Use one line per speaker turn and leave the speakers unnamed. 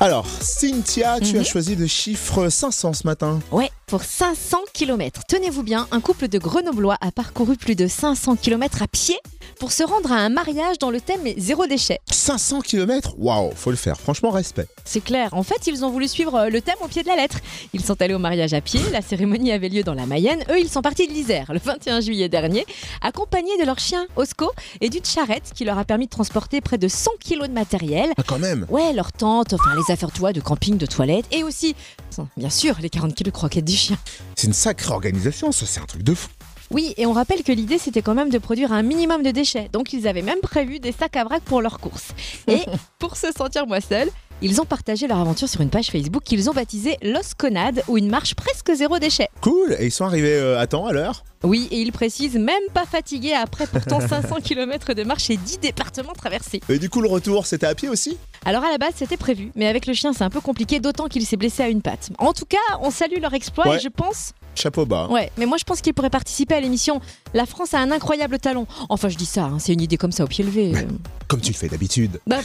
Alors, Cynthia, tu as choisi le chiffre 500 ce matin.
Ouais, pour 500 km. Tenez-vous bien, un couple de Grenoblois a parcouru plus de 500 km à pied pour se rendre à un mariage dans le thème zéro déchet.
500 km Waouh, faut le faire. Franchement, respect.
C'est clair, en fait, ils ont voulu suivre euh, le thème au pied de la lettre. Ils sont allés au mariage à pied, la cérémonie avait lieu dans la Mayenne, eux, ils sont partis de l'Isère le 21 juillet dernier, accompagnés de leur chien Osco et d'une charrette qui leur a permis de transporter près de 100 kilos de matériel.
Ah, quand même.
Ouais, leur tente, enfin les affaires tu vois, de camping, de toilette, et aussi, bien sûr, les 40 kilos de croquettes du chien.
C'est une sacrée organisation, ça, c'est un truc de fou.
Oui, et on rappelle que l'idée c'était quand même de produire un minimum de déchets, donc ils avaient même prévu des sacs à vrac pour leurs courses. Et pour se sentir moins seuls, ils ont partagé leur aventure sur une page Facebook qu'ils ont baptisée Los Conades ou une marche presque zéro déchet.
Cool, et ils sont arrivés euh, à temps, à l'heure
Oui, et ils précisent même pas fatigués après pourtant 500 km de marche et 10 départements traversés.
Et du coup, le retour, c'était à pied aussi
Alors à la base c'était prévu, mais avec le chien c'est un peu compliqué, d'autant qu'il s'est blessé à une patte. En tout cas, on salue leur exploit
Ouais.
et je pense
Chapeau bas. hein.
Ouais, mais moi je pense qu'il pourrait participer à l'émission La France a un incroyable talent. Enfin, je dis ça, hein, c'est une idée comme ça au pied levé. Euh,
Comme tu le fais d'habitude.
bah,